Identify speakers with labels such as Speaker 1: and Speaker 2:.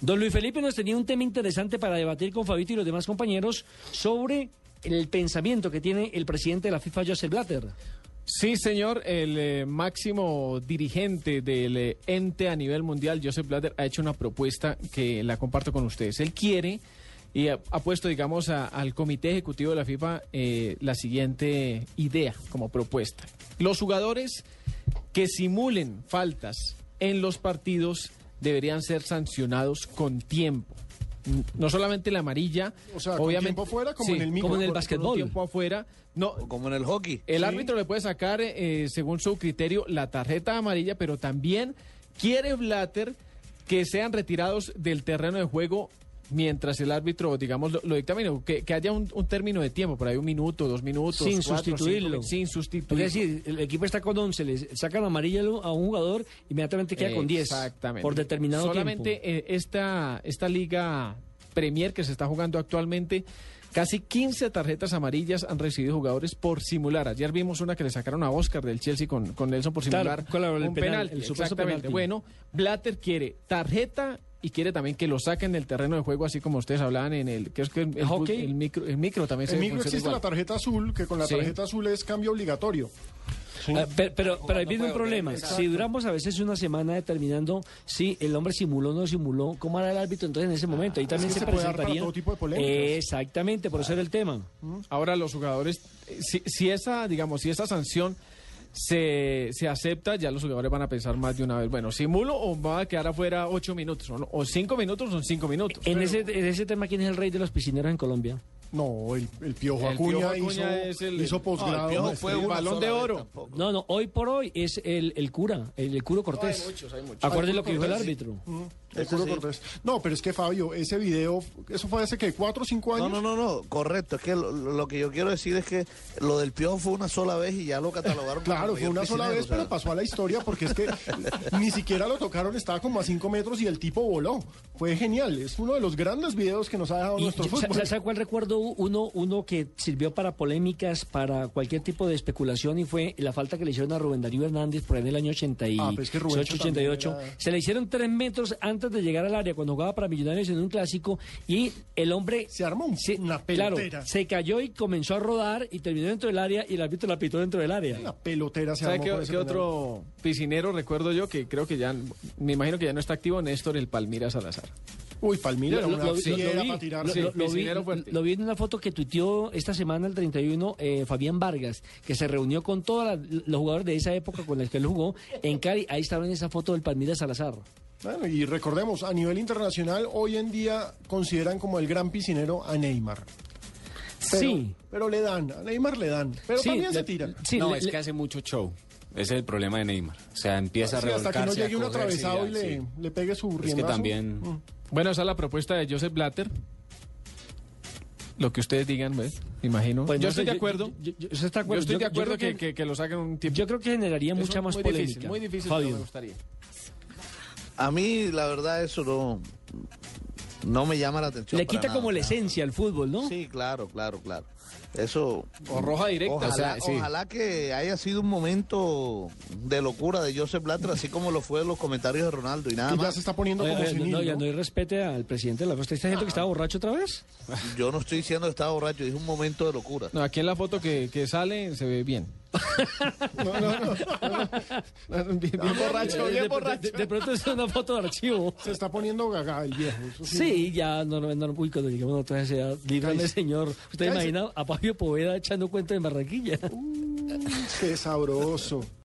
Speaker 1: Don Luis Felipe nos tenía un tema interesante para debatir con Fabito y los demás compañeros sobre el pensamiento que tiene el presidente de la FIFA, Joseph Blatter.
Speaker 2: Sí, señor, el eh, máximo dirigente del eh, ente a nivel mundial, Joseph Blatter, ha hecho una propuesta que la comparto con ustedes. Él quiere y ha, ha puesto, digamos, a- al comité ejecutivo de la FIFA eh, la siguiente idea como propuesta. Los jugadores que simulen faltas en los partidos deberían ser sancionados con tiempo. N- No solamente la amarilla,
Speaker 3: O sea, con
Speaker 2: obviamente.
Speaker 3: tiempo fuera, como en el micro.
Speaker 1: como en el
Speaker 2: con- con un
Speaker 1: basquetbol.
Speaker 2: tiempo afuera. No,
Speaker 4: como en el hockey.
Speaker 2: El árbitro le puede sacar, eh, según su criterio, la tarjeta amarilla, pero también quiere Blatter que sean retirados del terreno de juego mientras el árbitro, digamos, lo, lo dictamine, que, que haya un, un término de tiempo, por ahí un minuto, dos minutos.
Speaker 1: Sin
Speaker 2: cuatro, cinco
Speaker 1: sustituirlo.
Speaker 2: minutos, sin
Speaker 1: Es
Speaker 2: sustituirlo.
Speaker 1: decir, el equipo está con 11, le sacan amarillo a un jugador, inmediatamente queda con 10.
Speaker 2: Exactamente.
Speaker 1: Por determinado
Speaker 2: Solamente
Speaker 1: tiempo.
Speaker 2: eh, esta, esta liga Premier que se está jugando actualmente, casi 15 tarjetas amarillas han recibido jugadores por simular. Ayer vimos una que le sacaron a Oscar del Chelsea con, con Nelson por
Speaker 1: Claro,
Speaker 2: simular
Speaker 1: claro, el
Speaker 2: un
Speaker 1: penal,
Speaker 2: penalti,
Speaker 1: el supuesto
Speaker 2: exactamente.
Speaker 1: penalti.
Speaker 2: Bueno, Blatter quiere tarjeta y quiere también que lo saquen del terreno de juego, así como ustedes hablaban en el... Que es que el, el
Speaker 1: Hockey.
Speaker 2: fut- el micro, el micro también se
Speaker 3: En micro
Speaker 2: funciona
Speaker 3: existe la
Speaker 2: igual.
Speaker 3: tarjeta azul, que con la
Speaker 2: Sí.
Speaker 3: tarjeta azul es cambio obligatorio.
Speaker 1: Ah, pero, pero, pero ahí viene un
Speaker 4: juego,
Speaker 1: problema.
Speaker 4: exacto.
Speaker 1: Si duramos a veces una semana determinando si el hombre simuló o no simuló, ¿cómo hará el árbitro entonces en ese momento? Ahí también
Speaker 3: Ah, es que
Speaker 1: se,
Speaker 3: se puede dar para
Speaker 1: presentaría.
Speaker 3: todo tipo de polémicas. Ah.
Speaker 1: Exactamente, por eso era el tema.
Speaker 2: Ahora los jugadores, eh, si, si esa, digamos, si esa sanción se, se acepta, ya los jugadores van a pensar más de una vez, bueno, simulo o me voy a quedar afuera ocho minutos, o, no- o cinco minutos son cinco minutos.
Speaker 1: En ese, en ese tema, ¿quién es el rey de los piscineros en Colombia?
Speaker 3: No, el, el Piojo
Speaker 2: El
Speaker 3: Acuña,
Speaker 2: Piojo Acuña
Speaker 3: hizo,
Speaker 2: es el-
Speaker 3: hizo
Speaker 2: No, el
Speaker 3: posgrado.
Speaker 4: el Piojo
Speaker 3: maestría.
Speaker 4: fue una
Speaker 2: Balón de
Speaker 4: sola vez
Speaker 2: oro.
Speaker 4: tampoco.
Speaker 1: No, no, hoy por hoy es el, el cura, el, el curo Cortés. Acuerde lo que dijo el árbitro.
Speaker 3: El Curo Cortés. No, pero es que Fabio, ese video, eso fue hace que cuatro o cinco
Speaker 4: No,
Speaker 3: años.
Speaker 4: no, no, no, correcto. Es que lo, lo que yo quiero decir es que lo del piojo fue una sola vez y ya lo catalogaron. como
Speaker 3: Claro,
Speaker 4: el
Speaker 3: fue una
Speaker 4: mayor
Speaker 3: sola vez,
Speaker 4: piscinero,
Speaker 3: pero pasó a la historia porque es que ni siquiera lo tocaron, estaba como a cinco metros y el tipo voló. Fue genial, es uno de los grandes videos que nos ha dejado
Speaker 1: Y
Speaker 3: nuestro
Speaker 1: yo- sa-
Speaker 3: fútbol.
Speaker 1: sa- ¿Sabe cuál recuerdo? Uno, uno que sirvió para polémicas, para cualquier tipo de especulación y fue la falta que le hicieron a Rubén Darío Hernández por ahí en el año 88,
Speaker 3: Ah, pero es que Rubencho
Speaker 1: 88.
Speaker 3: también era-
Speaker 1: Se le hicieron tres metros antes de llegar al área cuando jugaba para Millonarios en un clásico y el hombre...
Speaker 3: Se armó un-
Speaker 1: se-
Speaker 3: una
Speaker 1: Claro,
Speaker 3: pelotera.
Speaker 1: se cayó y comenzó a rodar y terminó dentro del área y el árbitro la pitó dentro del área.
Speaker 3: La pelotera se
Speaker 2: ¿Sabe
Speaker 3: armó
Speaker 2: qué,
Speaker 3: con ese
Speaker 2: qué
Speaker 3: penal.
Speaker 2: otro piscinero recuerdo yo que creo que ya, me imagino que ya no está activo Néstor el Palmira Salazar?
Speaker 3: Uy, Palmira era
Speaker 1: Lo-
Speaker 3: una
Speaker 1: lo- lo-
Speaker 3: fiera
Speaker 1: lo vi,
Speaker 3: para tirarse.
Speaker 1: lo- lo- lo vi-
Speaker 2: Piscinero fuerte.
Speaker 1: lo vi en una foto que tuiteó esta semana, el 31, eh, Fabián Vargas, que se reunió con todos la- los jugadores de esa época con los que él jugó en Cali. Ahí estaba en esa foto del Palmira Salazar.
Speaker 3: Bueno, y recordemos, a nivel internacional, hoy en día consideran como el gran piscinero a Neymar. Pero-
Speaker 1: sí.
Speaker 3: Pero le dan, a Neymar le dan. Pero
Speaker 1: sí,
Speaker 3: también
Speaker 1: le-
Speaker 3: se tiran.
Speaker 1: sí,
Speaker 5: no,
Speaker 1: le-
Speaker 5: es
Speaker 1: le-
Speaker 5: que hace mucho show. Ese es el problema de Neymar. O sea, empieza a
Speaker 3: Sí, hasta
Speaker 5: revolcarse.
Speaker 3: que no llegue
Speaker 5: a
Speaker 3: un
Speaker 5: correr, sí,
Speaker 3: atravesado
Speaker 5: ya,
Speaker 3: y le,
Speaker 5: sí.
Speaker 3: le pegue su
Speaker 5: Es que
Speaker 3: riendazo. Mm.
Speaker 5: también...
Speaker 2: Bueno, esa es la propuesta de Joseph Blatter. Lo que ustedes digan, ¿ves? Me imagino.
Speaker 1: pues no
Speaker 2: yo
Speaker 1: sé,
Speaker 2: estoy de acuerdo.
Speaker 1: Yo, yo- yo estoy de acuerdo,
Speaker 2: Yo estoy
Speaker 1: Yo-
Speaker 2: de
Speaker 1: yo
Speaker 2: acuerdo
Speaker 1: creo
Speaker 2: que, que, que lo saquen un tiempo.
Speaker 1: Yo creo que generaría
Speaker 2: Es
Speaker 1: mucha
Speaker 2: un-
Speaker 1: más
Speaker 2: muy
Speaker 1: polémica.
Speaker 2: Difícil, muy difícil,
Speaker 1: Fabio.
Speaker 2: pero me gustaría.
Speaker 4: A mí, la verdad, eso no, no me llama la atención.
Speaker 1: Le
Speaker 4: para
Speaker 1: quita
Speaker 4: nada,
Speaker 1: como la
Speaker 4: o sea,
Speaker 1: esencia al fútbol, ¿no?
Speaker 4: Sí, claro, claro, claro. Eso.
Speaker 2: O roja directa,
Speaker 4: Ojalá,
Speaker 2: o sea, sí.
Speaker 4: ojalá que haya sido un momento de locura de Joseph Blatter, así como lo fue en los comentarios de Ronaldo y nada
Speaker 3: Y ya
Speaker 4: más.
Speaker 3: se está poniendo
Speaker 1: Oye,
Speaker 3: como
Speaker 1: oye,
Speaker 3: senil,
Speaker 1: no, ya
Speaker 3: ¿no?
Speaker 1: no hay respete al presidente de la Costa. ¿Está diciendo que estaba borracho otra vez?
Speaker 4: Yo no estoy diciendo que estaba borracho, es un momento de locura.
Speaker 2: No, aquí en la foto que, que sale se ve bien.
Speaker 3: No, no, no. No, no, bien- bien borracho,
Speaker 1: De-
Speaker 3: bien
Speaker 1: de-
Speaker 3: borracho.
Speaker 1: eh, de- de pronto es una foto de archivo.
Speaker 3: Se está poniendo gaga el viejo. eso
Speaker 1: Sí, ya, no, no, no, uy, cuando lleguemos nosotros a esa edad, líbrame,
Speaker 3: Cállese.
Speaker 1: señor. ¿Usted
Speaker 3: Cállese.
Speaker 1: imagina a Fabio Poveda echando cuenta en Barranquilla?
Speaker 3: Qué sabroso.